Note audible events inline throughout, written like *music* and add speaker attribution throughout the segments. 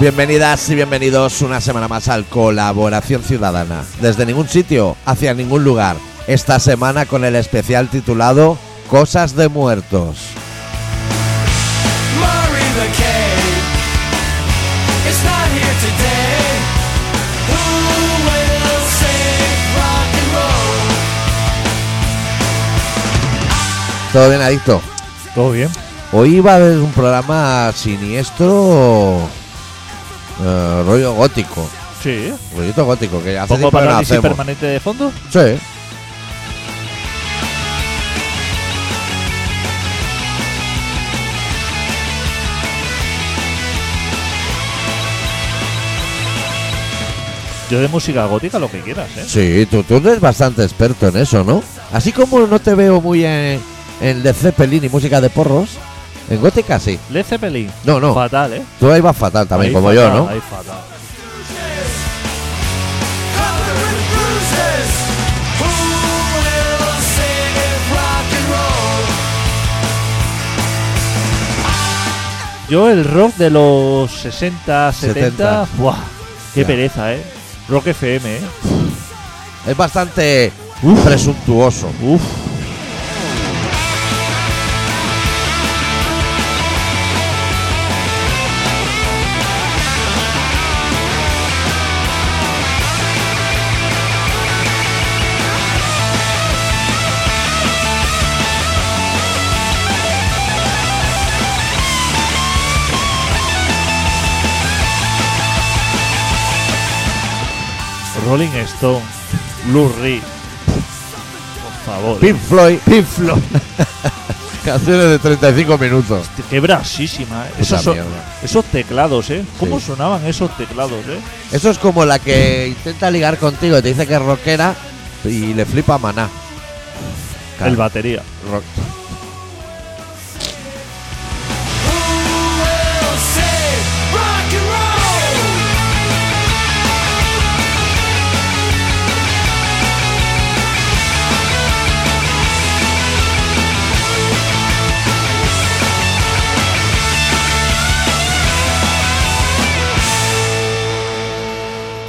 Speaker 1: Bienvenidas y bienvenidos una semana más al Colaboración Ciudadana. Desde ningún sitio, hacia ningún lugar. Esta semana con el especial titulado Cosas de Muertos.
Speaker 2: Murray the It's not here today. Who will save rock and roll?
Speaker 1: ¿Todo bien, Adicto?
Speaker 3: Todo bien.
Speaker 1: Hoy va a haber un programa siniestro... eh, rollo gótico.
Speaker 3: Sí.
Speaker 1: Rollito gótico, que hace tiempo
Speaker 3: Pongo
Speaker 1: que no
Speaker 3: parálisis
Speaker 1: hacemos.
Speaker 3: permanente de fondo.
Speaker 1: Sí.
Speaker 3: Yo de música gótica lo que quieras, ¿eh?
Speaker 1: Sí, tú, tú eres bastante experto en eso, ¿no? Así como no te veo muy en, en Led Zeppelin y música de porros, en gótica sí.
Speaker 3: Led Zeppelin.
Speaker 1: No, no.
Speaker 3: Fatal, ¿eh?
Speaker 1: Tú ahí vas fatal también,
Speaker 3: Ahí
Speaker 1: como
Speaker 3: fatal,
Speaker 1: yo, ¿no?
Speaker 3: Ahí fatal.
Speaker 2: Covered in bruises. Who will save rock and roll?
Speaker 3: Yo el rock de los 60, 70.
Speaker 1: 70.
Speaker 3: ¡Buah! ¡Qué
Speaker 1: Ya.
Speaker 3: pereza, eh! Rock FM, ¿eh?
Speaker 1: Es bastante presuntuoso.
Speaker 3: Uf. Rolling Stone, Lou Reed. Por favor.
Speaker 1: Pink Floyd. Pink Floyd. *laughs* Canciones de 35 minutos.
Speaker 3: Hostia, Qué brasísima, eh.
Speaker 1: Puta
Speaker 3: Esos, son-
Speaker 1: mierda.
Speaker 3: esos teclados, ¿eh? ¿Cómo
Speaker 1: Sí.
Speaker 3: sonaban esos teclados, eh?
Speaker 1: Eso es como la que intenta ligar contigo, te dice que es rockera y le flipa a maná. Claro,
Speaker 3: El batería.
Speaker 1: rock.
Speaker 2: Who will save rock and roll?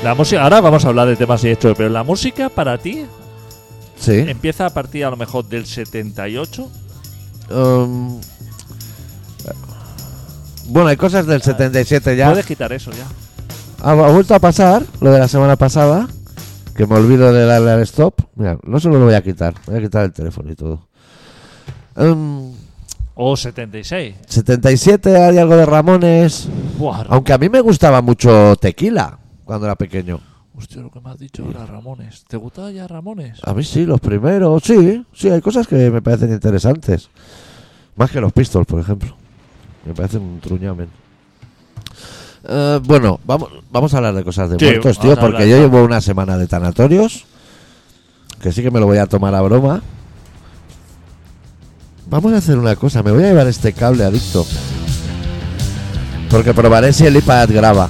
Speaker 3: La música, ahora vamos a hablar de temas y esto, pero la música para ti
Speaker 1: Sí.
Speaker 3: empieza a partir a lo mejor del 78.
Speaker 1: Um, bueno, hay cosas del 77 ya.
Speaker 3: Puedes quitar eso ya.
Speaker 1: Ha, ha vuelto a pasar lo de la semana pasada, que me olvido de darle al stop. Mira, no solo lo voy a quitar, voy a quitar el teléfono y todo. Em,
Speaker 3: O 76.
Speaker 1: 77 hay algo de Ramones.
Speaker 3: Buah,
Speaker 1: Aunque a mí me gustaba mucho tequila cuando era pequeño.
Speaker 3: Hostia, lo que me has dicho ahora, Ramones. ¿Te gustaba ya Ramones?
Speaker 1: A mí sí, los primeros, sí, sí, hay cosas que me parecen interesantes. Más que los pistols, por ejemplo. Me parecen un truñamen. Eh, bueno, vamos, vamos a hablar de cosas de
Speaker 3: Sí,
Speaker 1: muertos,
Speaker 3: vamos
Speaker 1: tío,
Speaker 3: a hablar,
Speaker 1: porque yo
Speaker 3: claro.
Speaker 1: llevo una semana de tanatorios, que sí que me lo voy a tomar a broma. Vamos a hacer una cosa, me voy a llevar este cable adicto. Porque probaré si el iPad graba,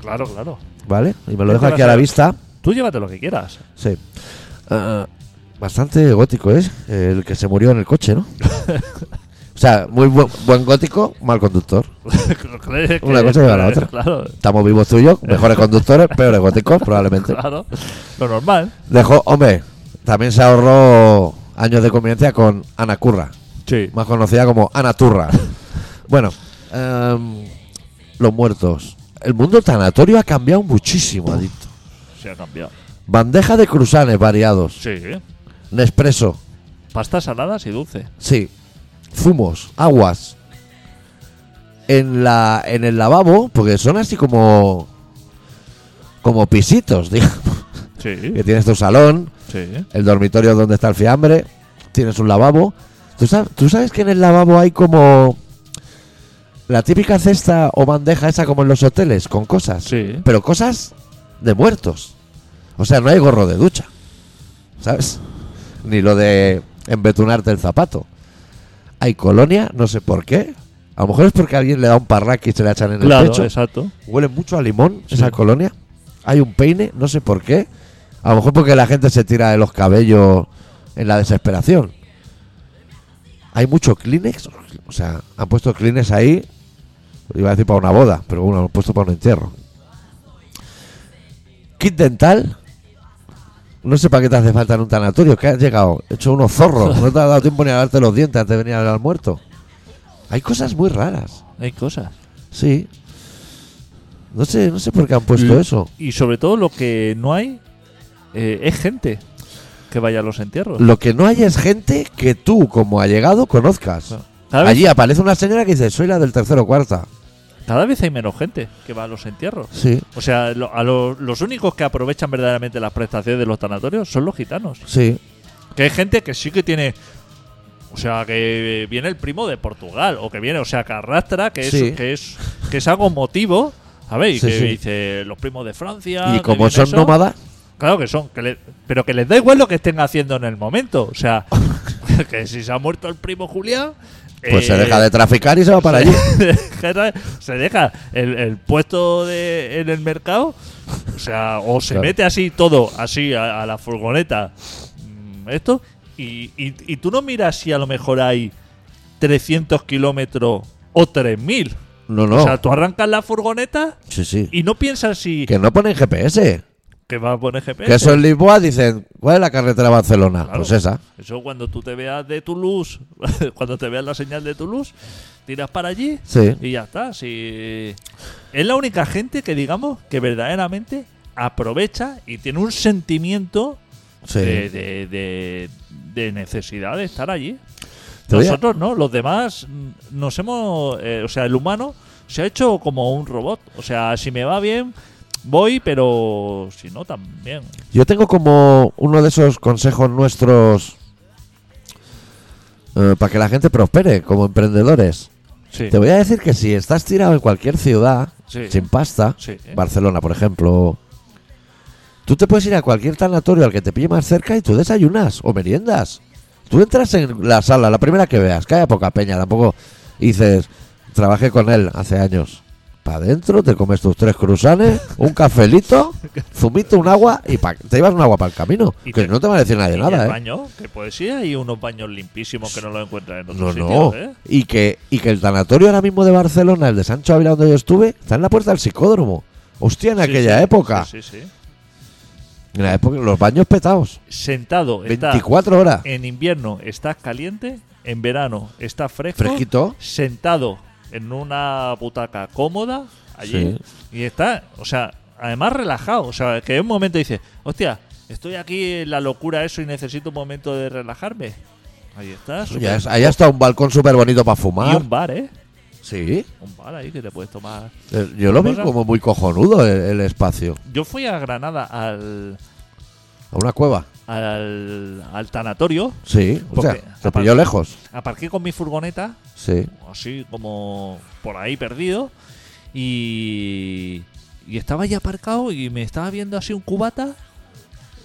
Speaker 3: Claro, claro.
Speaker 1: ¿vale? Y me
Speaker 3: Este
Speaker 1: lo dejo
Speaker 3: va a
Speaker 1: aquí a la
Speaker 3: ser-
Speaker 1: vista.
Speaker 3: Tú llévate lo que quieras. *laughs*
Speaker 1: Sí. Ah, bastante gótico es el que se murió en el coche, ¿no? o sea, muy bu- buen gótico, mal conductor.
Speaker 3: ¿Crees que-
Speaker 1: Una cosa lleva a la otra.
Speaker 3: Claro,
Speaker 1: Estamos vivos tuyos, mejores conductores, peores góticos, probablemente.
Speaker 3: claro. Lo normal.
Speaker 1: Dejó, hombre, también se ahorró años de convivencia con Ana Curra,
Speaker 3: Sí.
Speaker 1: más conocida como Ana Turra. bueno, em, los muertos. El mundo tanatorio ha cambiado muchísimo, adicto.
Speaker 3: Se ha cambiado.
Speaker 1: Bandeja de cruzanes variados,
Speaker 3: Sí, ¿eh?
Speaker 1: Nespresso,
Speaker 3: Pastas saladas y dulce.
Speaker 1: Sí. Zumos, aguas. En la en el lavabo, porque son así como como pisitos, *laughs* digamos.
Speaker 3: Sí,
Speaker 1: Que tienes tu salón,
Speaker 3: sí.
Speaker 1: el dormitorio donde está el fiambre, tienes un lavabo. ¿Tú sabes, tú sabes que en el lavabo hay como la típica cesta o bandeja esa como en los hoteles con cosas,
Speaker 3: Sí.
Speaker 1: pero cosas de muertos. O sea, no hay gorro de ducha. ¿Sabes? Ni lo de embetunarte el zapato. Hay colonia, no sé por qué. A lo mejor es porque alguien le da un parraque y se le echan en el
Speaker 3: Claro,
Speaker 1: pecho.
Speaker 3: exacto.
Speaker 1: Huele mucho a limón esa
Speaker 3: Sí.
Speaker 1: colonia. Hay un peine, no sé por qué. A lo mejor porque la gente se tira de los cabellos en la desesperación. Hay mucho Kleenex. O sea, han puesto Kleenex ahí Iba a decir para una boda, pero bueno, lo he puesto para un entierro. Kit dental. No sé para qué te hace falta en un tanatorio, que has llegado hecho unos zorros. No te ha dado tiempo ni a darte los dientes antes de venir al muerto. Hay cosas muy raras.
Speaker 3: Hay cosas.
Speaker 1: Sí. No sé, no sé por qué han puesto
Speaker 3: L-
Speaker 1: Pues eso.
Speaker 3: Y sobre todo lo que no hay eh, es gente que vaya a los entierros.
Speaker 1: Lo que no hay es gente que tú, como allegado, conozcas.
Speaker 3: Cada vez,
Speaker 1: Allí aparece una señora que dice, soy la del tercero o cuarta.
Speaker 3: cada vez hay menos gente que va a los entierros.
Speaker 1: Sí,
Speaker 3: O sea, lo- a lo- los únicos que aprovechan verdaderamente las prestaciones de los tanatorios son los gitanos.
Speaker 1: sí.
Speaker 3: Que hay gente que sí que tiene. O sea, que viene el primo de Portugal, o que viene, o sea, que arrastra, que es,
Speaker 1: Sí.
Speaker 3: que es, que es algo motivo, ¿sabéis?
Speaker 1: Sí,
Speaker 3: que
Speaker 1: sí.
Speaker 3: dice los primos de Francia.
Speaker 1: Y
Speaker 3: que
Speaker 1: como
Speaker 3: viene
Speaker 1: son
Speaker 3: Ah, eso.
Speaker 1: nómadas,
Speaker 3: Claro que son, que le- pero que les da igual lo que estén haciendo en el momento. O sea, *laughs* que si se ha muerto el primo Julián.
Speaker 1: pues se
Speaker 3: eh,
Speaker 1: deja de traficar y se va para allí.
Speaker 3: *laughs* se deja el, el puesto de, en el mercado, o sea, o se
Speaker 1: Claro.
Speaker 3: mete así todo, así a, a la furgoneta, mm, esto, y, y- y tú no miras si a lo mejor hay 300 kilómetros o 3000.
Speaker 1: No, no.
Speaker 3: O sea, tú arrancas la furgoneta
Speaker 1: Sí, sí.
Speaker 3: y no piensas si
Speaker 1: Que no ponen GPS.
Speaker 3: que va a poner GPS.
Speaker 1: Que eso en Lisboa dicen, ¿cuál es la carretera a Barcelona?
Speaker 3: Claro.
Speaker 1: Pues esa.
Speaker 3: Eso cuando tú te veas de Toulouse, *laughs* cuando te veas la señal de Toulouse, tiras para allí
Speaker 1: Sí.
Speaker 3: y ya está. Si es la única gente que digamos que verdaderamente aprovecha y tiene un sentimiento
Speaker 1: Sí.
Speaker 3: de, de- de- de necesidad de estar allí.
Speaker 1: Te voy a-
Speaker 3: Nosotros no, los demás mm, nos hemos, eh, o sea, el humano se ha hecho como un robot. O sea, si me va bien voy, pero si no también.
Speaker 1: Yo tengo como uno de esos consejos nuestros eh, para que la gente prospere como emprendedores.
Speaker 3: Sí.
Speaker 1: Te voy a decir que si estás tirado en cualquier ciudad,
Speaker 3: Sí.
Speaker 1: sin pasta,
Speaker 3: Sí, ¿eh?
Speaker 1: Barcelona, por ejemplo, tú te puedes ir a cualquier tanatorio al que te pille más cerca y tú desayunas o meriendas. Tú entras en la sala, la primera que veas, que haya poca peña, tampoco y dices, trabajé con él hace años. Para adentro, te comes tus tres cruzanes, un
Speaker 3: *laughs*
Speaker 1: cafelito, zumito, un agua y pa- te llevas un agua para el camino.
Speaker 3: Y
Speaker 1: que
Speaker 3: te-
Speaker 1: no te va a decir nadie
Speaker 3: Y el
Speaker 1: nada, ¿eh?
Speaker 3: baño, que puedes ir hay unos baños limpísimos que no lo encuentras en
Speaker 1: No,
Speaker 3: otros
Speaker 1: no.
Speaker 3: sitios, ¿eh?
Speaker 1: Y que, y que el tanatorio ahora mismo de Barcelona, el de Sancho Ávila, donde yo estuve, está en la puerta del psicódromo. Hostia, en
Speaker 3: Sí,
Speaker 1: aquella
Speaker 3: sí,
Speaker 1: época.
Speaker 3: Sí, sí, sí.
Speaker 1: En la época, los baños petados.
Speaker 3: Sentado, está
Speaker 1: 24 horas.
Speaker 3: en invierno estás caliente, en verano estás fresco,
Speaker 1: Fresquito.
Speaker 3: sentado en una butaca cómoda allí y está, o sea, además relajado, o sea, que en un momento dices, hostia, estoy aquí en la locura eso y necesito un momento de relajarme. Ahí estás.
Speaker 1: Ya es- ahí está un balcón súper bonito para
Speaker 3: y
Speaker 1: fumar.
Speaker 3: un bar, ¿eh?
Speaker 1: Sí.
Speaker 3: Un bar ahí que te puedes tomar
Speaker 1: Eh, Yo lo vi
Speaker 3: Cosa-
Speaker 1: como muy cojonudo el, el espacio.
Speaker 3: Yo fui a Granada al,
Speaker 1: A una cueva.
Speaker 3: al, al tanatorio,
Speaker 1: Sí. O sea,
Speaker 3: Porque,
Speaker 1: te
Speaker 3: aparte-
Speaker 1: pilló lejos.
Speaker 3: aparqué con mi furgoneta,
Speaker 1: Sí.
Speaker 3: así como por ahí perdido, y, y estaba ahí aparcado y me estaba viendo así un cubata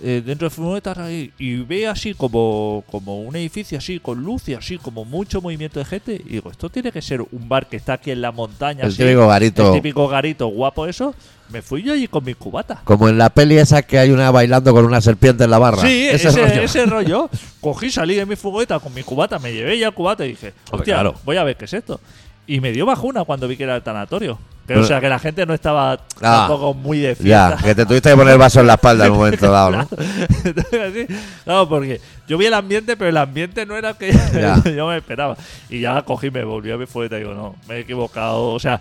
Speaker 3: eh, dentro de furgoneta ahí, y ve así como, como un edificio así con luz y así como mucho movimiento de gente y digo, esto tiene que ser un bar que está aquí en la montaña,
Speaker 1: El
Speaker 3: así,
Speaker 1: típico garito.
Speaker 3: el típico garito guapo eso, me fui yo allí con mi cubata.
Speaker 1: Como en la peli esa que hay una bailando con una serpiente en la barra.
Speaker 3: Sí, ese,
Speaker 1: rollo.
Speaker 3: ese rollo. Cogí, salí de mi furgoneta con mi cubata, me llevé ya el cubata y dije,
Speaker 1: Hombre,
Speaker 3: hostia,
Speaker 1: claro.
Speaker 3: voy a ver qué es esto. Y me dio bajuna cuando vi que era el tanatorio. Que,
Speaker 1: Pero- Ah.
Speaker 3: o sea, que la gente no estaba tampoco muy
Speaker 1: Ya,
Speaker 3: de fiesta.
Speaker 1: que te tuviste que poner el vaso en la espalda en un momento dado, ¿no?
Speaker 3: *laughs* Entonces, así, no, porque yo vi el ambiente, pero el ambiente no era el que *laughs*
Speaker 1: Ya.
Speaker 3: yo me esperaba. Y ya cogí, me volví a mi furgoneta y digo, no, me he equivocado. O sea,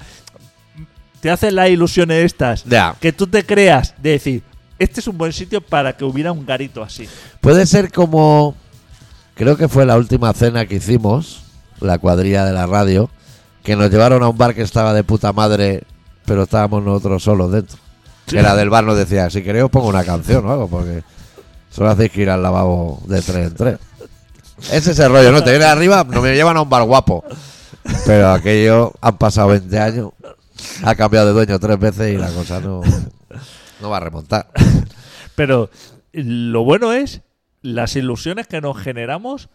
Speaker 3: te hacen las ilusiones estas
Speaker 1: Ya.
Speaker 3: que tú te creas de decir, este es un buen sitio para que hubiera un garito así.
Speaker 1: Puede ser como. Creo que fue la última cena que hicimos, la cuadrilla de la radio, que nos llevaron a un bar que estaba de puta madre, pero estábamos nosotros solos dentro.
Speaker 3: Sí.
Speaker 1: Que la del bar nos decía, si queréis os pongo una canción o algo, porque solo hacéis que ir al lavabo de tres en tres. Es ese rollo, ¿no? Te viene arriba, no me llevan a un bar guapo. Pero aquello han pasado 20 años, ha cambiado de dueño tres veces y la cosa no, no va a remontar.
Speaker 3: Pero lo bueno es las ilusiones que nos generamos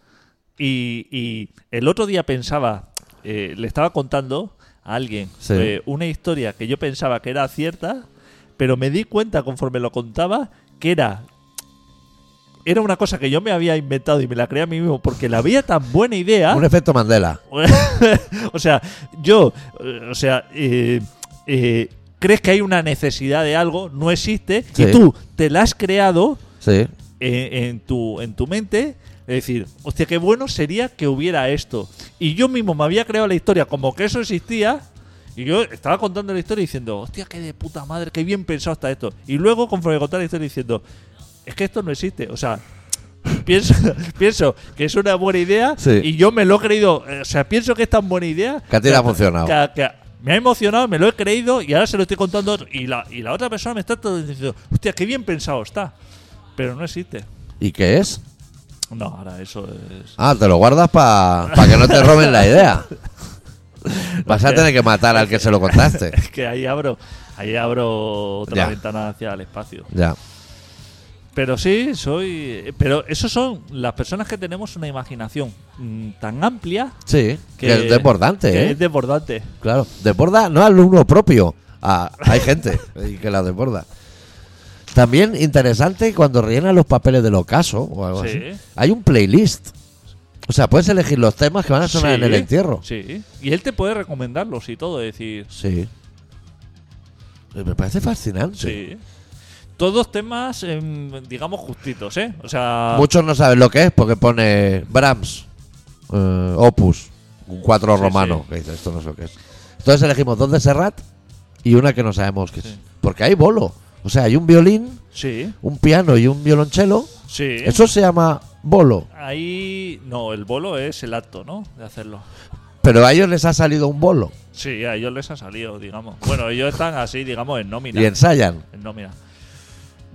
Speaker 3: y, y el otro día pensaba, eh, le estaba contando a alguien
Speaker 1: Sí.
Speaker 3: eh, una historia que yo pensaba que era cierta, pero me di cuenta conforme lo contaba que era era una cosa que yo me había inventado y me la creé a mí mismo porque la veía tan buena idea.
Speaker 1: Un efecto Mandela.
Speaker 3: *laughs* o sea, yo, eh, o sea, eh, eh, crees que hay una necesidad de algo, no existe,
Speaker 1: Sí.
Speaker 3: y tú te la has creado
Speaker 1: Sí.
Speaker 3: eh, en, tu, en tu mente. Es decir, hostia, qué bueno sería que hubiera esto. Y yo mismo me había creado la historia como que eso existía. Y yo estaba contando la historia diciendo, hostia, qué de puta madre, qué bien pensado está esto. Y luego, conforme contaba la historia, diciendo, es que esto no existe. O sea, *laughs* pienso, *laughs* pienso que es una buena idea
Speaker 1: Sí.
Speaker 3: y yo me lo he creído. eh, O sea, pienso que es tan buena idea.
Speaker 1: Que a ti te ha funcionado.
Speaker 3: que a- que a- me ha emocionado, me lo he creído y ahora se lo estoy contando. a otro. Y la, y la otra persona me está todo diciendo, hostia, qué bien pensado está. Pero no existe.
Speaker 1: ¿Y qué es?
Speaker 3: No, ahora eso es. *laughs*
Speaker 1: Ah, te lo guardas para que no te roben la idea. Vas a tener que matar al que se lo contaste.
Speaker 3: Es que ahí abro, ahí abro otra
Speaker 1: Ya.
Speaker 3: ventana hacia el espacio.
Speaker 1: Ya.
Speaker 3: Pero sí, soy. Pero eso son las personas que tenemos una imaginación mm, tan amplia
Speaker 1: Sí, que,
Speaker 3: que,
Speaker 1: es desbordante,
Speaker 3: que
Speaker 1: ¿eh?
Speaker 3: es desbordante.
Speaker 1: Claro, desborda no al uno propio, a- hay gente y que la desborda. También interesante cuando rellenan los papeles del ocaso o algo
Speaker 3: Sí.
Speaker 1: así. Hay un playlist. O sea, puedes elegir los temas que van a sonar
Speaker 3: Sí,
Speaker 1: en el entierro.
Speaker 3: Sí. Y él te puede recomendarlos y todo, es decir.
Speaker 1: Sí. Me parece fascinante.
Speaker 3: Sí. Todos temas, em, digamos, justitos, ¿eh? O sea.
Speaker 1: Muchos no saben lo que es porque pone Brahms, eh, Opus, un cuatro
Speaker 3: Sí,
Speaker 1: romano.
Speaker 3: sí.
Speaker 1: Que dice, esto no sé lo que es. Entonces elegimos dos de Serrat y una que no sabemos qué es.
Speaker 3: Sí.
Speaker 1: Porque hay bolo. O sea, hay un violín,
Speaker 3: Sí,
Speaker 1: un piano y un violonchelo.
Speaker 3: sí.
Speaker 1: Eso se llama bolo.
Speaker 3: Ahí. No, el bolo es el acto, ¿no? De hacerlo.
Speaker 1: Pero a ellos les ha salido un bolo
Speaker 3: Sí, a ellos les ha salido, digamos. Bueno, ellos están así, digamos, en nómina.
Speaker 1: y ensayan. *laughs*
Speaker 3: En nómina.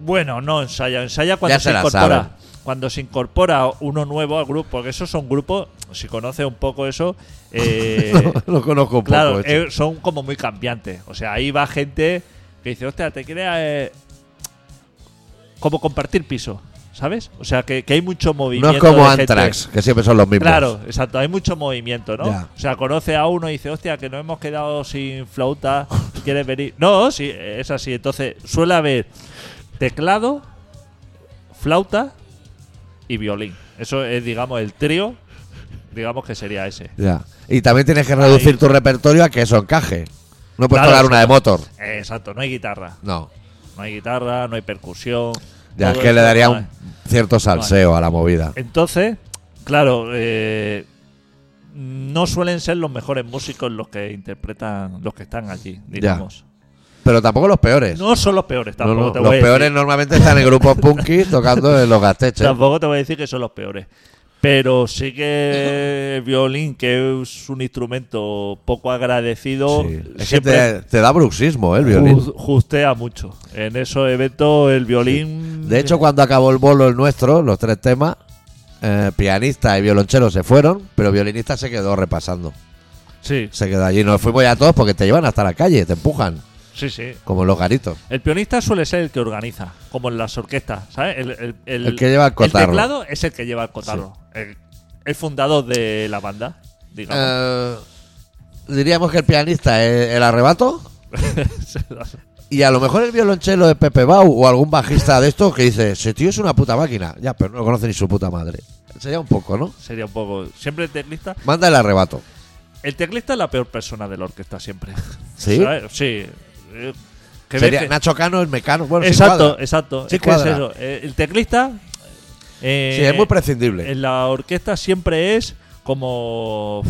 Speaker 3: Bueno, no ensaya. Ensaya cuando
Speaker 1: Ya
Speaker 3: se,
Speaker 1: se la saben.
Speaker 3: incorpora. Cuando se incorpora uno nuevo al grupo, porque esos son grupos, si conoce un poco eso, eh,
Speaker 1: *laughs* lo conozco un
Speaker 3: claro,
Speaker 1: poco. esto.
Speaker 3: eh, son como muy cambiantes. O sea, ahí va gente que dice, hostia, te crea eh, como compartir piso, ¿sabes? O sea, que, que hay mucho
Speaker 1: no
Speaker 3: movimiento.
Speaker 1: es como
Speaker 3: de gente.
Speaker 1: Anthrax, que siempre son los mismos.
Speaker 3: Claro, exacto, hay mucho movimiento, ¿no?
Speaker 1: Ya.
Speaker 3: O sea, conoce a uno y dice, hostia, que nos hemos quedado
Speaker 1: *laughs*
Speaker 3: sin flauta, ¿quieres venir? No, sí, es así. Entonces, suele haber teclado, flauta y violín. Eso es, digamos, el trío, digamos que sería ese.
Speaker 1: Ya. Y también tienes que reducir tu repertorio a que eso encaje. No puedes
Speaker 3: Claro,
Speaker 1: tocar una de
Speaker 3: exacto.
Speaker 1: motor.
Speaker 3: Eh, Exacto, no hay guitarra.
Speaker 1: No.
Speaker 3: No hay guitarra, no hay percusión.
Speaker 1: Ya es
Speaker 3: todo
Speaker 1: que le
Speaker 3: eso,
Speaker 1: daría
Speaker 3: no
Speaker 1: un
Speaker 3: hay.
Speaker 1: cierto salseo a la movida.
Speaker 3: Entonces, claro, eh, no suelen ser los mejores músicos los que interpretan, los que están allí, digamos.
Speaker 1: Pero tampoco los peores.
Speaker 3: No son los peores,
Speaker 1: No, no,
Speaker 3: tampoco te
Speaker 1: Los
Speaker 3: voy a decir-
Speaker 1: peores normalmente están en grupos
Speaker 3: *laughs*
Speaker 1: punky tocando en los gasteches.
Speaker 3: Tampoco te voy a decir que son los peores. Pero sí que el violín, que es un instrumento poco agradecido,
Speaker 1: Sí. Es que
Speaker 3: siempre
Speaker 1: te, te da bruxismo eh, el violín.
Speaker 3: ju- justea mucho. En esos eventos el violín...
Speaker 1: De hecho, cuando acabó el bolo el nuestro, los tres temas, eh, pianista y violonchelo se fueron, pero violinista se quedó repasando.
Speaker 3: Sí,
Speaker 1: Se quedó allí. Nos fuimos ya todos porque te llevan hasta la calle, te empujan,
Speaker 3: sí, sí.
Speaker 1: como los garitos.
Speaker 3: El pianista suele ser el que organiza, como en las orquestas, ¿sabes? El, el- el-
Speaker 1: El que lleva el cotarro.
Speaker 3: teclado es el que lleva el cotarro. El, el fundador de la banda, digamos.
Speaker 1: Eh, diríamos que el pianista es el arrebato. Y a lo mejor el violonchelo de Pepe Bau o algún bajista de estos que dice, ese tío es una puta máquina. Ya, pero no lo conoce ni su puta madre. Sería un poco, ¿no?
Speaker 3: *laughs* Sería un poco... Siempre el teclista...
Speaker 1: Manda el arrebato.
Speaker 3: El teclista es la peor persona de la orquesta siempre.
Speaker 1: ¿Sí?
Speaker 3: ¿Sabes? Sí. Eh, que
Speaker 1: Sería
Speaker 3: ve que-
Speaker 1: Nacho Cano el mecano. Bueno, sí
Speaker 3: exacto,
Speaker 1: cuadra.
Speaker 3: exacto.
Speaker 1: Sí
Speaker 3: es que es
Speaker 1: cuadra.
Speaker 3: eso. Eh, El teclista. eh,
Speaker 1: Sí, es muy prescindible.
Speaker 3: En la orquesta siempre es como. uf,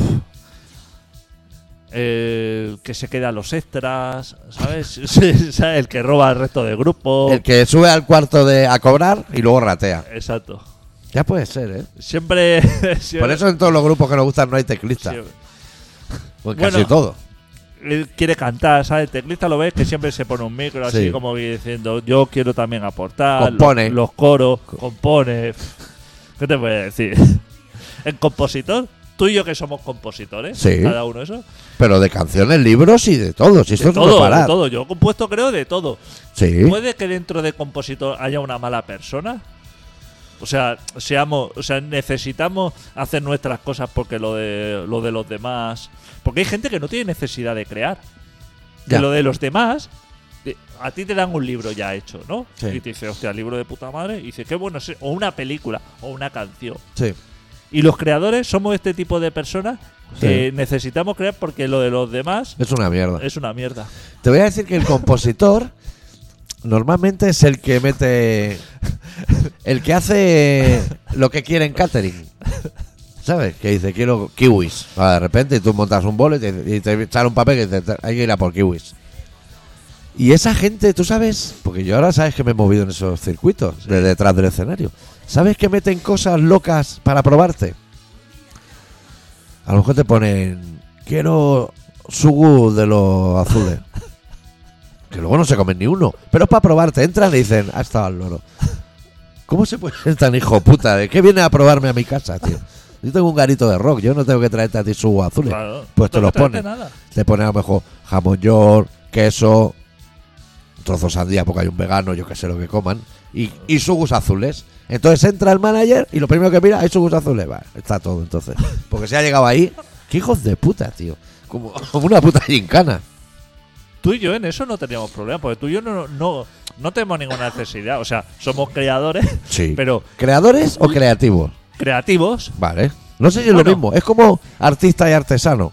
Speaker 3: el que se queda a los extras, ¿sabes? *laughs* Sí, ¿sabes? el que roba al resto del grupo.
Speaker 1: El que sube al cuarto de, a cobrar y luego ratea.
Speaker 3: Exacto.
Speaker 1: Ya puede ser, ¿eh?
Speaker 3: Siempre. *laughs* siempre-
Speaker 1: Por eso en todos los grupos que nos gustan no hay teclista.
Speaker 3: siempre-
Speaker 1: O en
Speaker 3: Bueno.
Speaker 1: casi todo.
Speaker 3: él quiere cantar, ¿sabes? El teclista lo ves que siempre se pone un micro así
Speaker 1: Sí.
Speaker 3: como diciendo, yo quiero también aportar.
Speaker 1: Compone.
Speaker 3: Los, los coros, compone. *laughs* ¿Qué te voy a decir? *laughs* El compositor, tú y yo que somos compositores,
Speaker 1: Sí.
Speaker 3: cada uno eso.
Speaker 1: Pero de canciones, libros y de todo. Si esto
Speaker 3: de
Speaker 1: es no
Speaker 3: todo,
Speaker 1: parar.
Speaker 3: de todo. Yo he compuesto creo de todo.
Speaker 1: Sí.
Speaker 3: ¿Puede que dentro de compositor haya una mala persona? O sea, seamos, o sea, necesitamos hacer nuestras cosas porque lo de lo de los demás, porque hay gente que no tiene necesidad de crear.
Speaker 1: Ya.
Speaker 3: Y lo de los demás eh, a ti te dan un libro ya hecho, ¿no?
Speaker 1: Sí.
Speaker 3: Y te dice, hostia, libro de puta madre. Y dice, qué bueno, es- o una película, o una canción.
Speaker 1: Sí.
Speaker 3: Y los creadores somos este tipo de personas que necesitamos crear porque lo de los demás
Speaker 1: Es una mierda.
Speaker 3: es una mierda.
Speaker 1: Te voy a decir que el compositor normalmente es el que mete. El que hace lo que quiere en catering. ¿Sabes? Que dice, quiero kiwis. Ahora, de repente, y tú montas un bolo y te, y te echan un papel que dice, "Te- hay que ir a por kiwis. Y esa gente, tú sabes, porque yo ahora sabes que me he movido en esos circuitos, de detrás del escenario. ¿Sabes que meten cosas locas para probarte? A lo mejor te ponen, quiero sugu de los azules. que luego no se comen ni uno. Pero es para probarte. Entras y dicen, ha estado al loro. ¿Cómo se puede ser tan hijo puta? ¿De qué viene a probarme a mi casa, tío? Yo tengo un garito de rock, yo no tengo que traerte a ti sugu azules.
Speaker 3: Claro,
Speaker 1: Pues te
Speaker 3: no
Speaker 1: los
Speaker 3: traes
Speaker 1: ponen.
Speaker 3: nada.
Speaker 1: Le ponen a lo mejor jamón york, queso, un trozo de sandía porque hay un vegano, yo que sé lo que coman, y, y sugus azules. Entonces entra el manager y lo primero que mira, hay sugus azules. Va, está todo entonces. Porque se ha llegado ahí. *laughs* ¡Qué hijos de puta, tío! Como, *laughs* como una puta gincana.
Speaker 3: Tú y yo en eso no teníamos problema, porque tú y yo no, no, no tenemos ninguna necesidad. O sea, somos creadores,
Speaker 1: Sí.
Speaker 3: *laughs* pero
Speaker 1: ¿Creadores o creativos?
Speaker 3: creativos.
Speaker 1: Vale. No sé si es
Speaker 3: Bueno.
Speaker 1: lo mismo. Es como artista y artesano.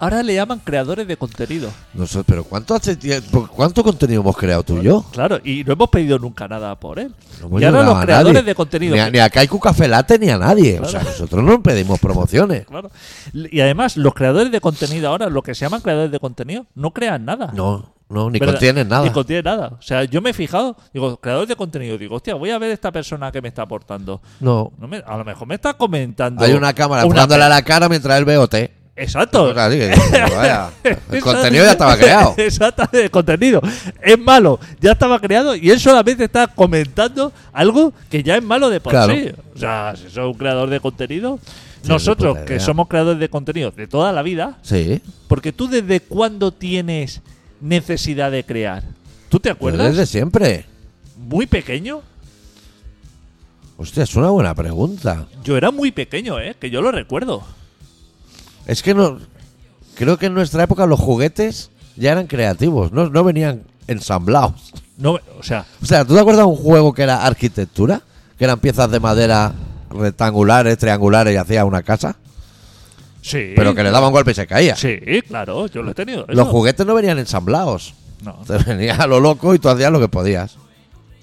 Speaker 3: Ahora le llaman creadores de contenido.
Speaker 1: No sé, pero ¿cuánto, hace tiempo- ¿cuánto contenido hemos creado tú y yo?
Speaker 3: Claro, y no hemos pedido nunca nada por él.
Speaker 1: No hemos
Speaker 3: y ahora
Speaker 1: llegado
Speaker 3: los
Speaker 1: a
Speaker 3: creadores
Speaker 1: nadie.
Speaker 3: de contenido.
Speaker 1: Ni a, ni a Kaiku Café Latte ni a nadie. O
Speaker 3: Claro.
Speaker 1: sea, nosotros no pedimos promociones.
Speaker 3: Claro. Y además, los creadores de contenido ahora, lo que se llaman creadores de contenido, no crean nada.
Speaker 1: No, no, ni
Speaker 3: ¿Verdad?
Speaker 1: contienen nada.
Speaker 3: Ni contienen nada. O sea, yo me he fijado, digo, creadores de contenido, digo, hostia, voy a ver esta persona que me está aportando.
Speaker 1: no.
Speaker 3: No me- a lo mejor me está comentando.
Speaker 1: Hay una cámara
Speaker 3: una-
Speaker 1: dándole a la cara mientras él ve OT. *laughs*
Speaker 3: Exacto.
Speaker 1: O sea, sí,
Speaker 3: *laughs*
Speaker 1: que- vaya, el
Speaker 3: Eso-
Speaker 1: contenido ya estaba
Speaker 3: *laughs*
Speaker 1: creado.
Speaker 3: Exacto, el contenido. Es malo, ya estaba creado y él solamente está comentando algo que ya es malo de por
Speaker 1: Claro.
Speaker 3: sí. O sea, si sos un creador de contenido,
Speaker 1: Sí,
Speaker 3: nosotros
Speaker 1: ni puta
Speaker 3: que
Speaker 1: idea.
Speaker 3: somos creadores de contenido de toda la vida,
Speaker 1: Sí.
Speaker 3: porque tú desde cuándo tienes necesidad de crear. ¿Tú te
Speaker 1: Pues
Speaker 3: acuerdas?
Speaker 1: desde siempre.
Speaker 3: Muy pequeño.
Speaker 1: Hostia, es una buena pregunta.
Speaker 3: Yo era muy pequeño, ¿eh? Que yo lo recuerdo.
Speaker 1: Es que no. Creo que en nuestra época los juguetes ya eran creativos, no, no venían ensamblados.
Speaker 3: No, o sea,
Speaker 1: O sea, ¿tú te acuerdas de un juego que era arquitectura? Que eran piezas de madera rectangulares, triangulares y hacía una casa.
Speaker 3: sí.
Speaker 1: Pero que le daba un golpe y se caía.
Speaker 3: Sí, claro, yo lo he tenido.
Speaker 1: Los
Speaker 3: eso.
Speaker 1: juguetes no venían ensamblados.
Speaker 3: No.
Speaker 1: Te venías a lo loco y tú hacías lo que podías.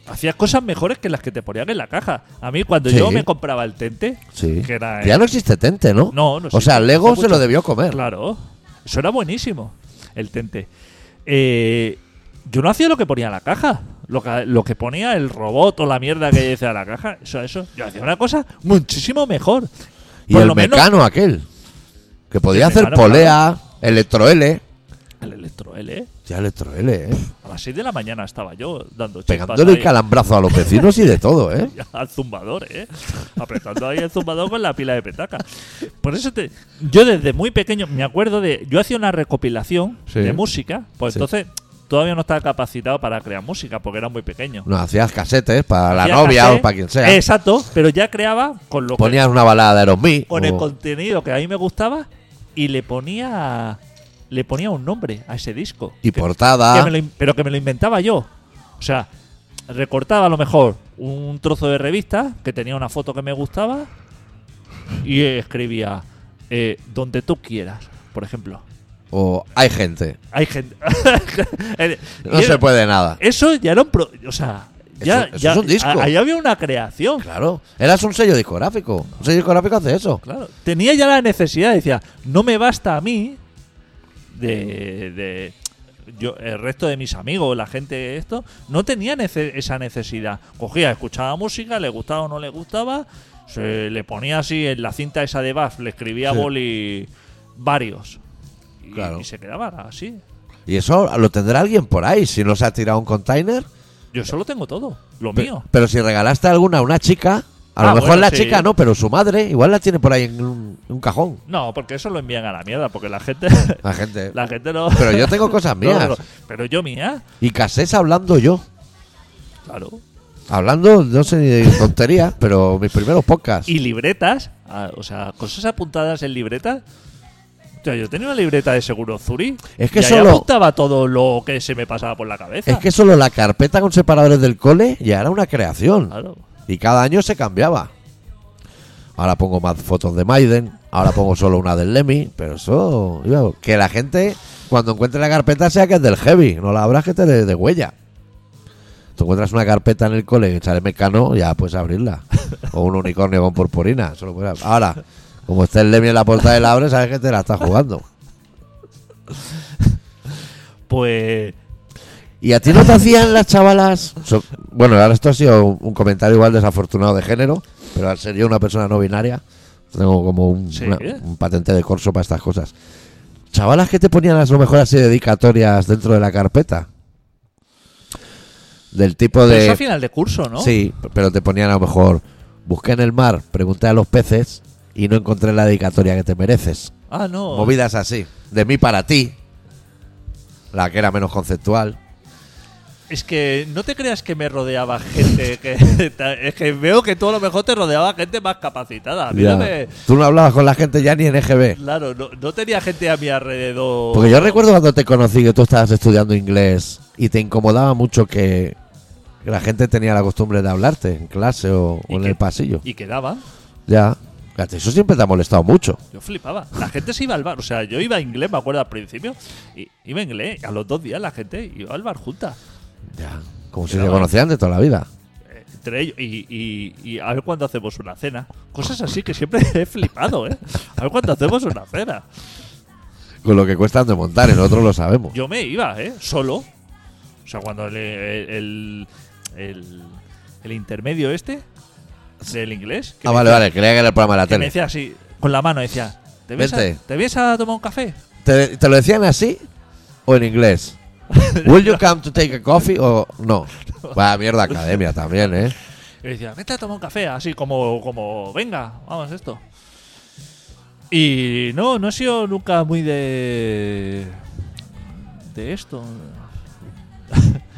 Speaker 3: Hacías cosas mejores que las que te ponían en la caja. A mí, cuando
Speaker 1: Sí.
Speaker 3: yo me compraba el tente,
Speaker 1: Sí.
Speaker 3: que era.
Speaker 1: Ya
Speaker 3: eh,
Speaker 1: no existe Tente, ¿no?
Speaker 3: No, no
Speaker 1: O sea,
Speaker 3: existe.
Speaker 1: Lego
Speaker 3: Hace
Speaker 1: se lo
Speaker 3: mucho.
Speaker 1: debió comer.
Speaker 3: Claro, eso era buenísimo, el tente. Eh, yo no hacía lo que ponía en la caja. Lo que, lo que ponía el robot o la mierda que decía la caja, eso, eso. Yo hacía una cosa muchísimo mejor.
Speaker 1: Y
Speaker 3: Por
Speaker 1: el
Speaker 3: lo menos-
Speaker 1: mecano aquel. Que podía
Speaker 3: El
Speaker 1: hacer
Speaker 3: mecano,
Speaker 1: polea, electro L.
Speaker 3: El electro L, ¿eh?
Speaker 1: Ya electro L, ¿eh?
Speaker 3: A las 6 de la mañana estaba yo dando chispas
Speaker 1: Pegándole el
Speaker 3: ahí
Speaker 1: calambrazo a los vecinos y
Speaker 3: *laughs*
Speaker 1: de todo, ¿eh?
Speaker 3: Al zumbador, ¿eh? Apretando ahí el zumbador con la pila de petaca. Por eso te, yo desde muy pequeño me acuerdo de. Yo hacía una recopilación
Speaker 1: Sí.
Speaker 3: de música, pues
Speaker 1: Sí.
Speaker 3: entonces todavía no estaba capacitado para crear música porque era muy pequeño.
Speaker 1: No, hacías casetes para la
Speaker 3: Hacía
Speaker 1: novia
Speaker 3: cassette,
Speaker 1: o para quien sea.
Speaker 3: Exacto, pero ya creaba con lo que-
Speaker 1: Ponías una balada de Aerosmith.
Speaker 3: pues. con el
Speaker 1: o-
Speaker 3: contenido que a mí me gustaba y le ponía le ponía un nombre a ese disco.
Speaker 1: Y
Speaker 3: Que-
Speaker 1: portada.
Speaker 3: que me lo in- pero que me lo inventaba yo. O sea, recortaba a lo mejor un trozo de revista que tenía una foto que me gustaba y escribía eh, donde tú quieras, por ejemplo.
Speaker 1: O hay gente.
Speaker 3: Hay *laughs* gente.
Speaker 1: No se puede nada.
Speaker 3: Eso ya era un. pro- o sea, ya,
Speaker 1: Eso- eso
Speaker 3: ya-
Speaker 1: es un disco.
Speaker 3: a- Ahí había una creación.
Speaker 1: Claro. Eras un sello discográfico. Un sello discográfico hace eso.
Speaker 3: Claro, tenía ya la necesidad, decía, no me basta a mí de, de- yo, el resto de mis amigos, la gente de esto, no tenía nece- esa necesidad. Cogía, escuchaba música, le gustaba o no le gustaba, se le ponía así en la cinta esa de Buff, le escribía
Speaker 1: Sí.
Speaker 3: boli varios. Y,
Speaker 1: Claro.
Speaker 3: y se quedaba así.
Speaker 1: Y eso lo tendrá alguien por ahí. Si no se ha tirado un container.
Speaker 3: Yo solo tengo todo, lo
Speaker 1: Pe-
Speaker 3: mío.
Speaker 1: Pero si regalaste alguna a una chica, a
Speaker 3: Ah,
Speaker 1: lo mejor
Speaker 3: bueno,
Speaker 1: la
Speaker 3: sí.
Speaker 1: chica no, pero su madre igual la tiene por ahí en un, un cajón.
Speaker 3: No, porque eso lo envían a la mierda, porque la gente,
Speaker 1: *laughs* La gente.
Speaker 3: la gente no.
Speaker 1: Pero
Speaker 3: *laughs*
Speaker 1: yo tengo cosas
Speaker 3: no,
Speaker 1: mías.
Speaker 3: no, pero yo mía,
Speaker 1: Y casés hablando yo.
Speaker 3: claro.
Speaker 1: Hablando, no sé ni de tonterías, pero mis primeros podcasts.
Speaker 3: y libretas, ah, o sea, cosas apuntadas en libretas. Hostia, yo tenía una libreta de seguro Zuri.
Speaker 1: Es que
Speaker 3: y ahí
Speaker 1: solo-
Speaker 3: apuntaba todo lo que se me pasaba por la cabeza.
Speaker 1: Es que solo la carpeta con separadores del cole ya era una creación.
Speaker 3: Claro.
Speaker 1: Y cada año se cambiaba. Ahora pongo más fotos de Maiden, ahora pongo solo una del Lemmy, pero eso. iba- Que la gente, cuando encuentre la carpeta, sea que es del heavy, no la habrás que te de, de huella. Tú encuentras una carpeta en el cole que sale mecano, ya puedes abrirla. O un unicornio con purpurina. eso lo puedes ab- Ahora, como está el Lemmy en la portada de la abre, sabes que te la está jugando.
Speaker 3: Pues.
Speaker 1: ¿Y a ti no te hacían las chavalas? So- bueno, ahora esto ha sido un un comentario igual desafortunado de género, pero al ser yo una persona no binaria, tengo como un,
Speaker 3: Sí.
Speaker 1: una- un patente de corso para estas cosas. Chavalas que te ponían a lo mejor así dedicatorias dentro de la carpeta. Del tipo
Speaker 3: pero pues eso a
Speaker 1: de...
Speaker 3: final de curso, ¿no?
Speaker 1: Sí, pero te ponían a lo mejor, busqué en el mar, pregunté a los peces y no encontré la dedicatoria que te mereces.
Speaker 3: Ah, no.
Speaker 1: Movidas así, de mí para ti, la que era menos conceptual.
Speaker 3: Es que no te creas que me rodeaba gente. *laughs* que Es que veo que tú a lo mejor te rodeaba gente más capacitada. A mí
Speaker 1: Ya.
Speaker 3: no me-
Speaker 1: Tú no hablabas con la gente ya ni en EGB.
Speaker 3: Claro, no, no tenía gente a mi alrededor.
Speaker 1: Porque yo recuerdo cuando te conocí que tú estabas estudiando inglés y te incomodaba mucho que la gente tenía la costumbre de hablarte en clase o, o
Speaker 3: ¿Y
Speaker 1: en
Speaker 3: qué?
Speaker 1: el pasillo.
Speaker 3: Y quedaba.
Speaker 1: Ya. Fíjate, Eso siempre te ha molestado mucho.
Speaker 3: Yo flipaba. La gente se iba al bar. O sea, yo iba a inglés, me acuerdo al principio. Y, iba a inglés. A los dos días la gente iba al bar junta.
Speaker 1: Ya. Como si
Speaker 3: Quedaba-
Speaker 1: se conocían de toda la vida.
Speaker 3: Eh, Entre ellos. Y, y- y a ver cuándo hacemos una cena. Cosas así que siempre *laughs* he flipado, ¿eh? A ver cuándo hacemos una cena.
Speaker 1: Con lo que cuestan de montar, y nosotros lo sabemos.
Speaker 3: Yo me iba, ¿eh? Solo. O sea, cuando el, el, el- el intermedio este del inglés. que
Speaker 1: ah,
Speaker 3: me
Speaker 1: vale,
Speaker 3: decía-
Speaker 1: vale, creía que era el programa de la
Speaker 3: que me
Speaker 1: tele.
Speaker 3: decía así, con la mano, decía, ¿te vienes,
Speaker 1: Vente.
Speaker 3: A, ¿te vienes a tomar un café?
Speaker 1: *laughs* ¿Te, te lo decían así o en inglés? ¿Will you come to take a coffee o
Speaker 3: *laughs*
Speaker 1: no? Va, mierda academia también, ¿eh?
Speaker 3: Y decía, vete a tomar un café, así como, como venga, vamos a esto. Y no, no he sido nunca muy de. de esto.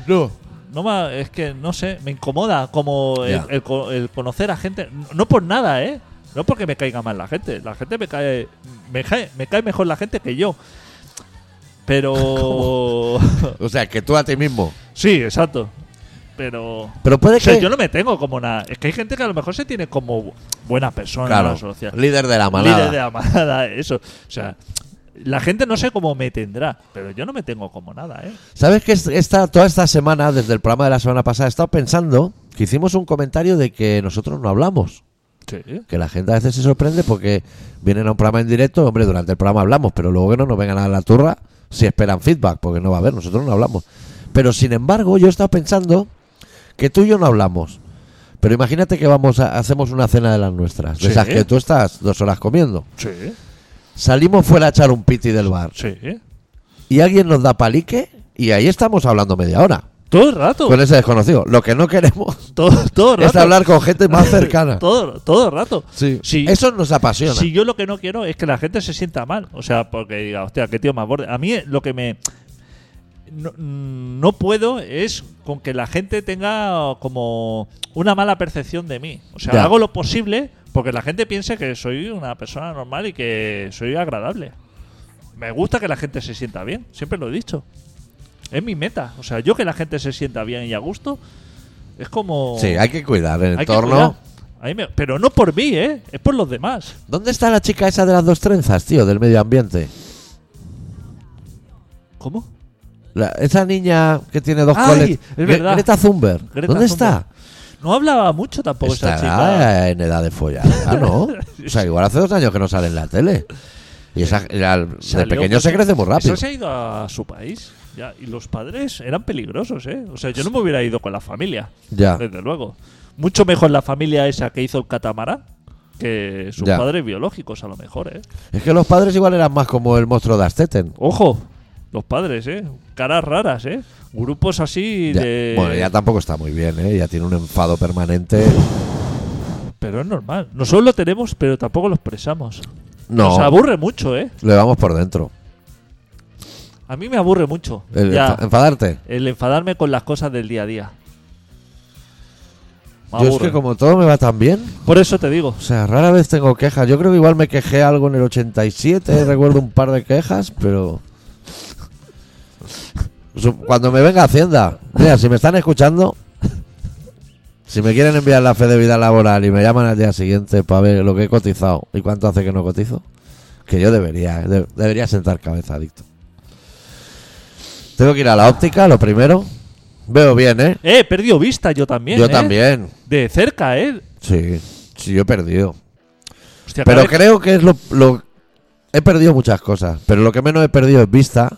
Speaker 1: No.
Speaker 3: No ma- es que no sé, me incomoda como el,
Speaker 1: Ya.
Speaker 3: el co- el conocer a gente. No por nada, ¿eh? No porque me caiga mal la gente. La gente me cae. me cae, me cae mejor la gente que yo. Pero.
Speaker 1: O sea, que tú a ti mismo.
Speaker 3: *laughs* sí, exacto. Pero.
Speaker 1: Pero puede
Speaker 3: O sea,
Speaker 1: que.
Speaker 3: yo no me tengo como nada. Es que hay gente que a lo mejor se tiene como buena persona
Speaker 1: Claro,
Speaker 3: o sea,
Speaker 1: líder de la manada.
Speaker 3: líder de la manada, *laughs* eso. O sea, la gente no sé cómo me tendrá, pero yo no me tengo como nada, ¿eh?
Speaker 1: ¿Sabes que es- esta, toda esta semana, desde el programa de la semana pasada, he estado pensando que hicimos un comentario de que nosotros no hablamos?
Speaker 3: Sí.
Speaker 1: Que la gente a veces se sorprende porque vienen a un programa en directo, hombre, durante el programa hablamos, pero luego que no nos vengan a la turra si esperan feedback, porque no va a haber, nosotros no hablamos. Pero sin embargo, yo he estado pensando que tú y yo no hablamos. Pero imagínate que vamos a, hacemos una cena de las nuestras, de
Speaker 3: Sí.
Speaker 1: esas que tú estás dos horas comiendo.
Speaker 3: Sí.
Speaker 1: Salimos fuera a echar un piti del bar.
Speaker 3: Sí.
Speaker 1: y alguien nos da palique y ahí estamos hablando media hora
Speaker 3: Todo el rato.
Speaker 1: con ese desconocido. Lo que no
Speaker 3: *laughs*
Speaker 1: queremos
Speaker 3: todo, todo el rato.
Speaker 1: es hablar con gente más cercana.
Speaker 3: *laughs* todo, todo el rato.
Speaker 1: Sí.
Speaker 3: Si-
Speaker 1: Eso nos apasiona.
Speaker 3: Si yo lo que no quiero es que la gente se sienta mal. O sea, porque diga, hostia, qué tío más borde. A mí eh, lo que me. No, mm, no puedo es con que la gente tenga como una mala percepción de mí. O sea,
Speaker 1: Ya.
Speaker 3: hago lo posible porque la gente piense que soy una persona normal y que soy agradable. Me gusta que la gente se sienta bien, siempre lo he dicho. Es mi meta. O sea, yo que la gente se sienta bien y a gusto es como.
Speaker 1: Sí, hay que cuidar el
Speaker 3: hay que
Speaker 1: entorno.
Speaker 3: cuidar. A mí me- pero no por mí, ¿eh? Es por los demás.
Speaker 1: ¿Dónde está la chica esa de las dos trenzas, tío, del medio ambiente?
Speaker 3: ¿Cómo?
Speaker 1: La- esa niña que tiene dos
Speaker 3: Ay,
Speaker 1: coles.
Speaker 3: es verdad.
Speaker 1: Greta Thunberg.
Speaker 3: Greta
Speaker 1: ¿Dónde
Speaker 3: Thunberg.
Speaker 1: está? eh,
Speaker 3: No hablaba mucho tampoco esa chica.
Speaker 1: Está en edad de follar. Ah,
Speaker 3: *laughs*
Speaker 1: no. O sea, igual hace dos años que no sale en la tele. Y esa, la- de
Speaker 3: Salió
Speaker 1: pequeño se
Speaker 3: porque-
Speaker 1: crece muy rápido.
Speaker 3: Esa se ha ido a su país. ya, y los padres eran peligrosos, ¿eh? O sea, yo no me hubiera ido con la familia.
Speaker 1: Ya.
Speaker 3: Desde luego. Mucho mejor la familia esa que hizo el catamarán que sus
Speaker 1: Ya.
Speaker 3: padres biológicos, a lo mejor, ¿eh?
Speaker 1: Es que los padres igual eran más como el monstruo de Asteten.
Speaker 3: Ojo, los padres, ¿eh? Caras raras, ¿eh? Grupos así
Speaker 1: Ya,
Speaker 3: de.
Speaker 1: Bueno, ya tampoco está muy bien, ¿eh? Ya tiene un enfado permanente.
Speaker 3: Pero es normal. Nosotros lo tenemos, pero tampoco lo expresamos.
Speaker 1: No,
Speaker 3: Nos aburre mucho, ¿eh?
Speaker 1: le vamos por dentro.
Speaker 3: A mí me aburre mucho.
Speaker 1: El
Speaker 3: ya.
Speaker 1: enfa- enfadarte.
Speaker 3: El enfadarme con las cosas del día a día. me
Speaker 1: Yo es
Speaker 3: aburre.
Speaker 1: que como todo me va tan bien,
Speaker 3: Por eso te digo.
Speaker 1: o sea, rara vez tengo quejas. Yo creo que igual me quejé algo en el 87, recuerdo un par de quejas, pero... Su- Cuando me venga Hacienda, mira, si me están escuchando, si me quieren enviar la fidelidad laboral y me llaman al día siguiente para ver lo que he cotizado y cuánto hace que no cotizo, que yo debería, eh, de- debería sentar cabeza, adicto. Tengo que ir a la óptica, lo primero. Veo bien, ¿eh?
Speaker 3: Eh, he perdido vista yo también.
Speaker 1: yo
Speaker 3: eh.
Speaker 1: también.
Speaker 3: De cerca, eh.
Speaker 1: Sí, sí, yo he perdido.
Speaker 3: Hostia,
Speaker 1: Pero
Speaker 3: cada vez-
Speaker 1: creo que es lo, lo- He perdido muchas cosas, pero lo que menos he perdido es vista.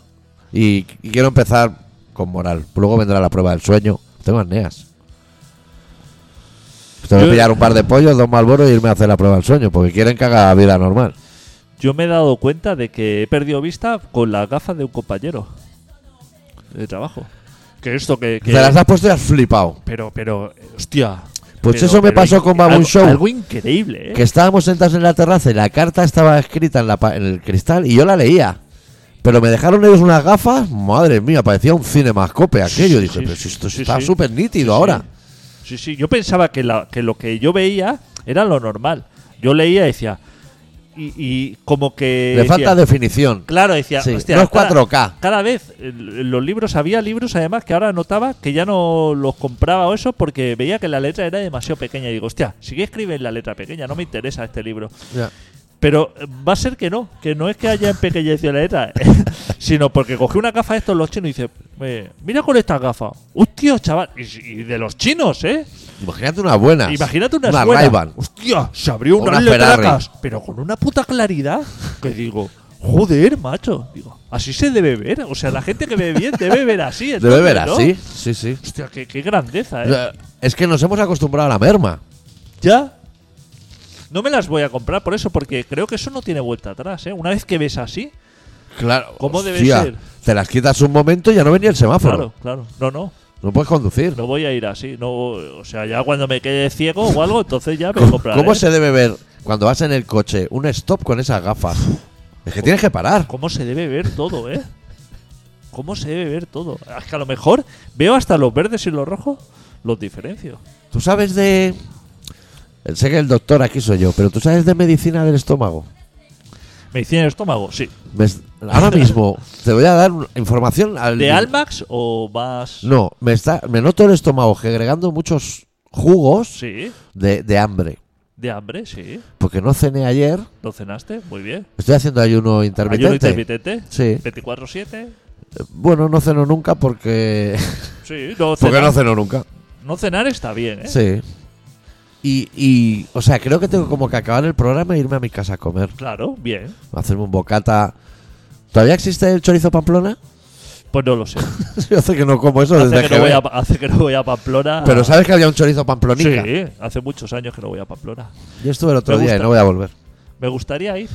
Speaker 1: Y, y quiero empezar con moral. Luego vendrá la prueba del sueño. Tengo apneas. Tengo que
Speaker 3: Yo-
Speaker 1: pillar un par de pollos, dos malboros y irme a hacer la prueba del sueño, porque quieren que haga vida normal.
Speaker 3: yo me he dado cuenta de que he perdido vista con las gafas de un compañero de trabajo. Que esto que. que-
Speaker 1: Te las has puesto y has flipado.
Speaker 3: Pero, pero, eh, hostia.
Speaker 1: Pues
Speaker 3: Pero-
Speaker 1: eso me
Speaker 3: pero
Speaker 1: pasó
Speaker 3: in-
Speaker 1: con Baboon
Speaker 3: algo-
Speaker 1: Show.
Speaker 3: Algo increíble, eh.
Speaker 1: Que estábamos sentados en la terraza y la carta estaba escrita en, la pa- en el cristal y yo la leía. Pero me dejaron ellos unas gafas, madre mía, parecía un cinemascope aquello.
Speaker 3: Sí,
Speaker 1: Dije,
Speaker 3: sí,
Speaker 1: pero
Speaker 3: sí,
Speaker 1: si esto
Speaker 3: sí,
Speaker 1: está
Speaker 3: sí.
Speaker 1: súper nítido
Speaker 3: Sí,
Speaker 1: ahora.
Speaker 3: Sí, sí, yo pensaba que, la- que lo que yo veía era lo normal. Yo leía y decía. Y, y como que.
Speaker 1: Le falta
Speaker 3: decía-
Speaker 1: definición.
Speaker 3: Claro, decía.
Speaker 1: Sí,
Speaker 3: hostia,
Speaker 1: no es
Speaker 3: cada-
Speaker 1: 4K.
Speaker 3: Cada vez eh, los libros, había libros además que ahora notaba que ya no los compraba o eso porque veía que la letra era demasiado pequeña. Y digo, hostia, sí que escriben la letra pequeña, no me interesa este libro.
Speaker 1: Ya.
Speaker 3: Pero eh, va a ser que no, que no es que haya empequeñecido la letra, *laughs* sino porque cogí una gafa de estos los chinos y dice, eh, mira con estas gafas. Hostia, chaval, y, y de los chinos, ¿eh?
Speaker 1: Imagínate unas buenas.
Speaker 3: Imagínate unas
Speaker 1: Una
Speaker 3: buenas.
Speaker 1: Ray-Ban.
Speaker 3: Hostia, se abrió
Speaker 1: O
Speaker 3: unas
Speaker 1: una Ferrari.
Speaker 3: letracas, pero con una puta claridad que digo, joder, macho. Digo, así se debe ver. O sea, la gente que ve bien debe ver así.
Speaker 1: *laughs* Debe
Speaker 3: entonces,
Speaker 1: ver
Speaker 3: ¿no?
Speaker 1: así. Sí, sí.
Speaker 3: Hostia, qué, qué grandeza, ¿eh?
Speaker 1: Eh, Es que nos hemos acostumbrado a la merma.
Speaker 3: Ya. No me las voy a comprar por eso, porque creo que eso no tiene vuelta atrás, ¿eh? Una vez que ves así,
Speaker 1: Claro.
Speaker 3: ¿Cómo debe ser?
Speaker 1: Te las quitas un momento y ya no venía el semáforo.
Speaker 3: claro, claro. No, no.
Speaker 1: No puedes
Speaker 3: *laughs*
Speaker 1: conducir.
Speaker 3: No voy a ir así. No, o sea, ya cuando me quede ciego o algo, entonces ya me
Speaker 1: ¿Cómo,
Speaker 3: compraré.
Speaker 1: cómo se debe ver cuando vas en el coche un stop con esas gafas? Es que tienes que parar.
Speaker 3: ¿Cómo se debe ver todo, eh? ¿Cómo se debe ver todo? Es que a lo mejor veo hasta los verdes y los rojos, los diferencio.
Speaker 1: ¿Tú sabes de.? Sé que el doctor aquí soy yo, pero ¿tú sabes de medicina del estómago?
Speaker 3: ¿Medicina del estómago? Sí.
Speaker 1: Me es- Ahora mismo te voy a dar un- información al.
Speaker 3: ¿De Almax o vas...?
Speaker 1: No, me, está, me noto el estómago agregando muchos jugos
Speaker 3: Sí.
Speaker 1: de, de hambre.
Speaker 3: ¿De hambre? Sí.
Speaker 1: Porque no cené ayer.
Speaker 3: ¿Lo cenaste? Muy bien.
Speaker 1: Estoy haciendo ayuno
Speaker 3: ¿Ayuno
Speaker 1: intermitente.
Speaker 3: intermitente?
Speaker 1: Sí.
Speaker 3: 24-7.
Speaker 1: Bueno, no ceno nunca
Speaker 3: *laughs*
Speaker 1: porque.
Speaker 3: Sí, no cenar, no,
Speaker 1: ceno nunca.
Speaker 3: cenar está bien, ¿eh?
Speaker 1: Sí. Y, y, o sea, creo que tengo como que acabar el programa e irme a mi casa a comer.
Speaker 3: Claro, bien.
Speaker 1: Hacerme un bocata. ¿Todavía existe el chorizo pamplona? *laughs*
Speaker 3: Pues no lo sé.
Speaker 1: Yo hace que no como eso
Speaker 3: Hace
Speaker 1: *laughs* desde
Speaker 3: que, no voy
Speaker 1: ven.
Speaker 3: a, hace que no voy a Pamplona.
Speaker 1: Pero sabes que había un chorizo pamplonica.
Speaker 3: Sí, hace muchos años que no voy a Pamplona.
Speaker 1: Yo estuve el otro
Speaker 3: Me
Speaker 1: día y
Speaker 3: gusta.
Speaker 1: no voy a volver.
Speaker 3: Me gustaría ir.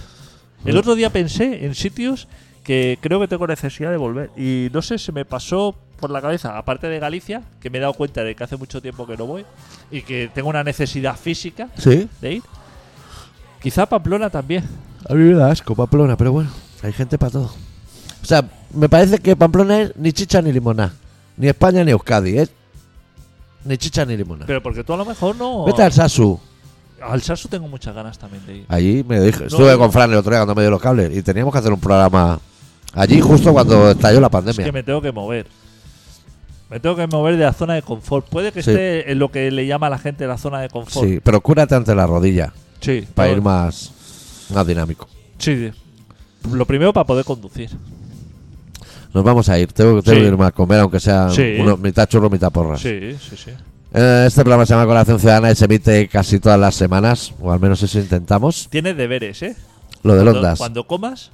Speaker 3: El otro día pensé en sitios que creo que tengo necesidad de volver. Y no sé, se me pasó por la cabeza, aparte de Galicia, que me he dado cuenta de que hace mucho tiempo que no voy y que tengo una necesidad física
Speaker 1: Sí.
Speaker 3: de ir. Quizá Pamplona también.
Speaker 1: A mí me da asco Pamplona, pero bueno, hay gente para todo. O sea, me parece que Pamplona es ni chicha ni limoná. Ni España ni Euskadi, ¿eh? Ni chicha ni limoná.
Speaker 3: Pero porque tú a lo mejor no.
Speaker 1: Vete al Ah, Sasu.
Speaker 3: Al Sasu tengo muchas ganas también de ir.
Speaker 1: Allí me dije, estuve
Speaker 3: no.
Speaker 1: con Fran el otro día cuando me dio los cables y teníamos que hacer un programa allí justo cuando estalló la
Speaker 3: Es
Speaker 1: pandemia.
Speaker 3: que me tengo que mover. Me tengo que mover de la zona de confort. Puede que
Speaker 1: Sí.
Speaker 3: esté en lo que le llama a la gente la zona de confort.
Speaker 1: Sí, pero cúrate ante la rodilla
Speaker 3: sí
Speaker 1: para
Speaker 3: todo-
Speaker 1: ir más, más dinámico.
Speaker 3: Sí, lo primero para poder conducir.
Speaker 1: Nos vamos a ir, tengo, tengo
Speaker 3: Sí.
Speaker 1: que irme a comer aunque sea
Speaker 3: Sí.
Speaker 1: uno- mitad churro, mitad porra.
Speaker 3: Sí, sí, sí.
Speaker 1: Eh, este programa se llama Colación Ciudadana y se emite casi todas las semanas, o al menos eso intentamos.
Speaker 3: Tienes deberes, ¿eh?
Speaker 1: Lo del
Speaker 3: Cuando-
Speaker 1: Ondas.
Speaker 3: Cuando comas,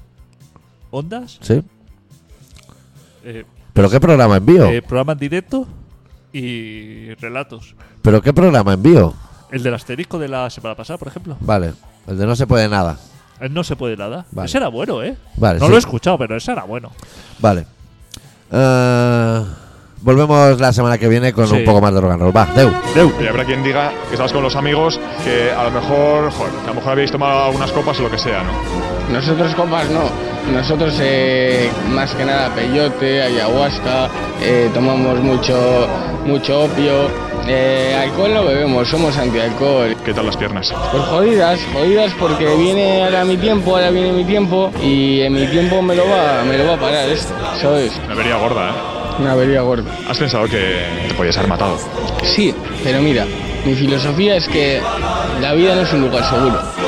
Speaker 3: ondas,
Speaker 1: Sí.
Speaker 3: eh,
Speaker 1: ¿Pero qué programa envío?
Speaker 3: eh, programa en directo y relatos.
Speaker 1: ¿Pero qué programa envío?
Speaker 3: El del asterisco de la semana pasada, por ejemplo.
Speaker 1: Vale, el de no se puede nada.
Speaker 3: Eh, No se puede nada.
Speaker 1: Vale.
Speaker 3: Ese era bueno, ¿eh?
Speaker 1: Vale,
Speaker 3: no
Speaker 1: sí.
Speaker 3: lo he escuchado, pero ese era bueno.
Speaker 1: Vale. Eh, volvemos la semana que viene con
Speaker 3: Sí.
Speaker 1: un poco más de rock and roll. Va, deu.
Speaker 4: Y habrá quien diga que estabas con los amigos, que a lo mejor, joder, que a lo mejor habéis tomado algunas copas o lo que sea, ¿no?
Speaker 5: Nosotros copas no, nosotros eh, más que nada peyote, ayahuasca, eh, tomamos mucho, mucho opio, Eh, alcohol no bebemos, somos antialcohol.
Speaker 4: ¿Qué tal las piernas?
Speaker 5: Pues jodidas, jodidas porque viene ahora mi tiempo, ahora viene mi tiempo y en mi tiempo me lo va, me lo va a parar esto, ¿sabes?
Speaker 4: Me vería gorda, ¿eh?
Speaker 5: Una avería gorda.
Speaker 4: ¿Has pensado que te podías haber matado?
Speaker 5: Sí, pero mira, mi filosofía es que la vida no es un lugar seguro.